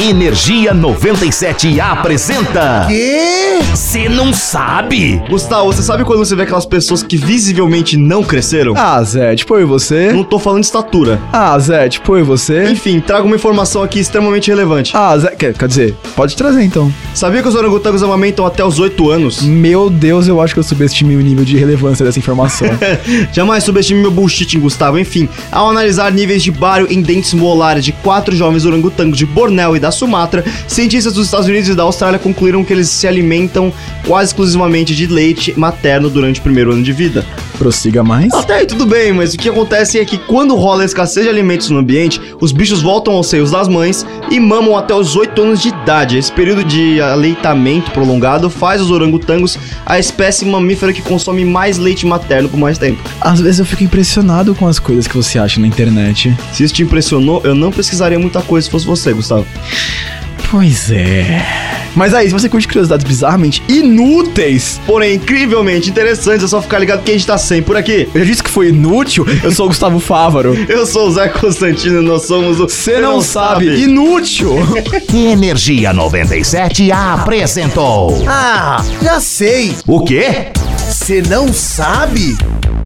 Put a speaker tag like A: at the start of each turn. A: Energia 97 apresenta.
B: Quê?
A: Você não sabe?
C: Gustavo, você sabe quando você vê aquelas pessoas que visivelmente não cresceram?
B: Ah, Zé, tipo eu e você.
C: Não tô falando de estatura.
B: Ah, Zé, tipo eu e você.
C: Enfim, trago uma informação aqui extremamente relevante.
B: Ah, Zé, quer, quer dizer, pode trazer então.
C: Sabia que os orangotangos amamentam até os 8 anos?
B: Meu Deus, eu acho que eu subestimei o nível de relevância dessa informação.
C: Jamais subestime meu bullshit, Gustavo. Enfim, ao analisar níveis de bário em dentes molares de quatro jovens orangotangos de Bornéu e da Sumatra, cientistas dos Estados Unidos e da Austrália concluíram que eles se alimentam quase exclusivamente de leite materno durante o primeiro ano de vida.
B: Prossiga mais.
C: Até aí tudo Tá bem, mas o que acontece é que quando rola a escassez de alimentos no ambiente, os bichos voltam aos seios das mães e mamam até os 8 anos de idade. Esse período de aleitamento prolongado faz os orangotangos a espécie mamífera que consome mais leite materno por mais tempo.
B: Ah, Às vezes eu fico impressionado com as coisas que você acha na internet.
C: Se isso te impressionou, eu não pesquisaria muita coisa se fosse você, Gustavo.
B: Pois é. Mas aí, se você curte curiosidades bizarramente inúteis,
C: Porém, incrivelmente interessante, é só ficar ligado que a gente tá sem por aqui.
B: eu já disse que foi inútil, eu sou o Gustavo Fávaro.
C: Eu sou o Zé Constantino e nós somos o
B: Você não, sabe, inútil!
A: Energia 97 apresentou.
B: Ah,
D: Ah, já sei.
A: O quê?
D: Você não sabe?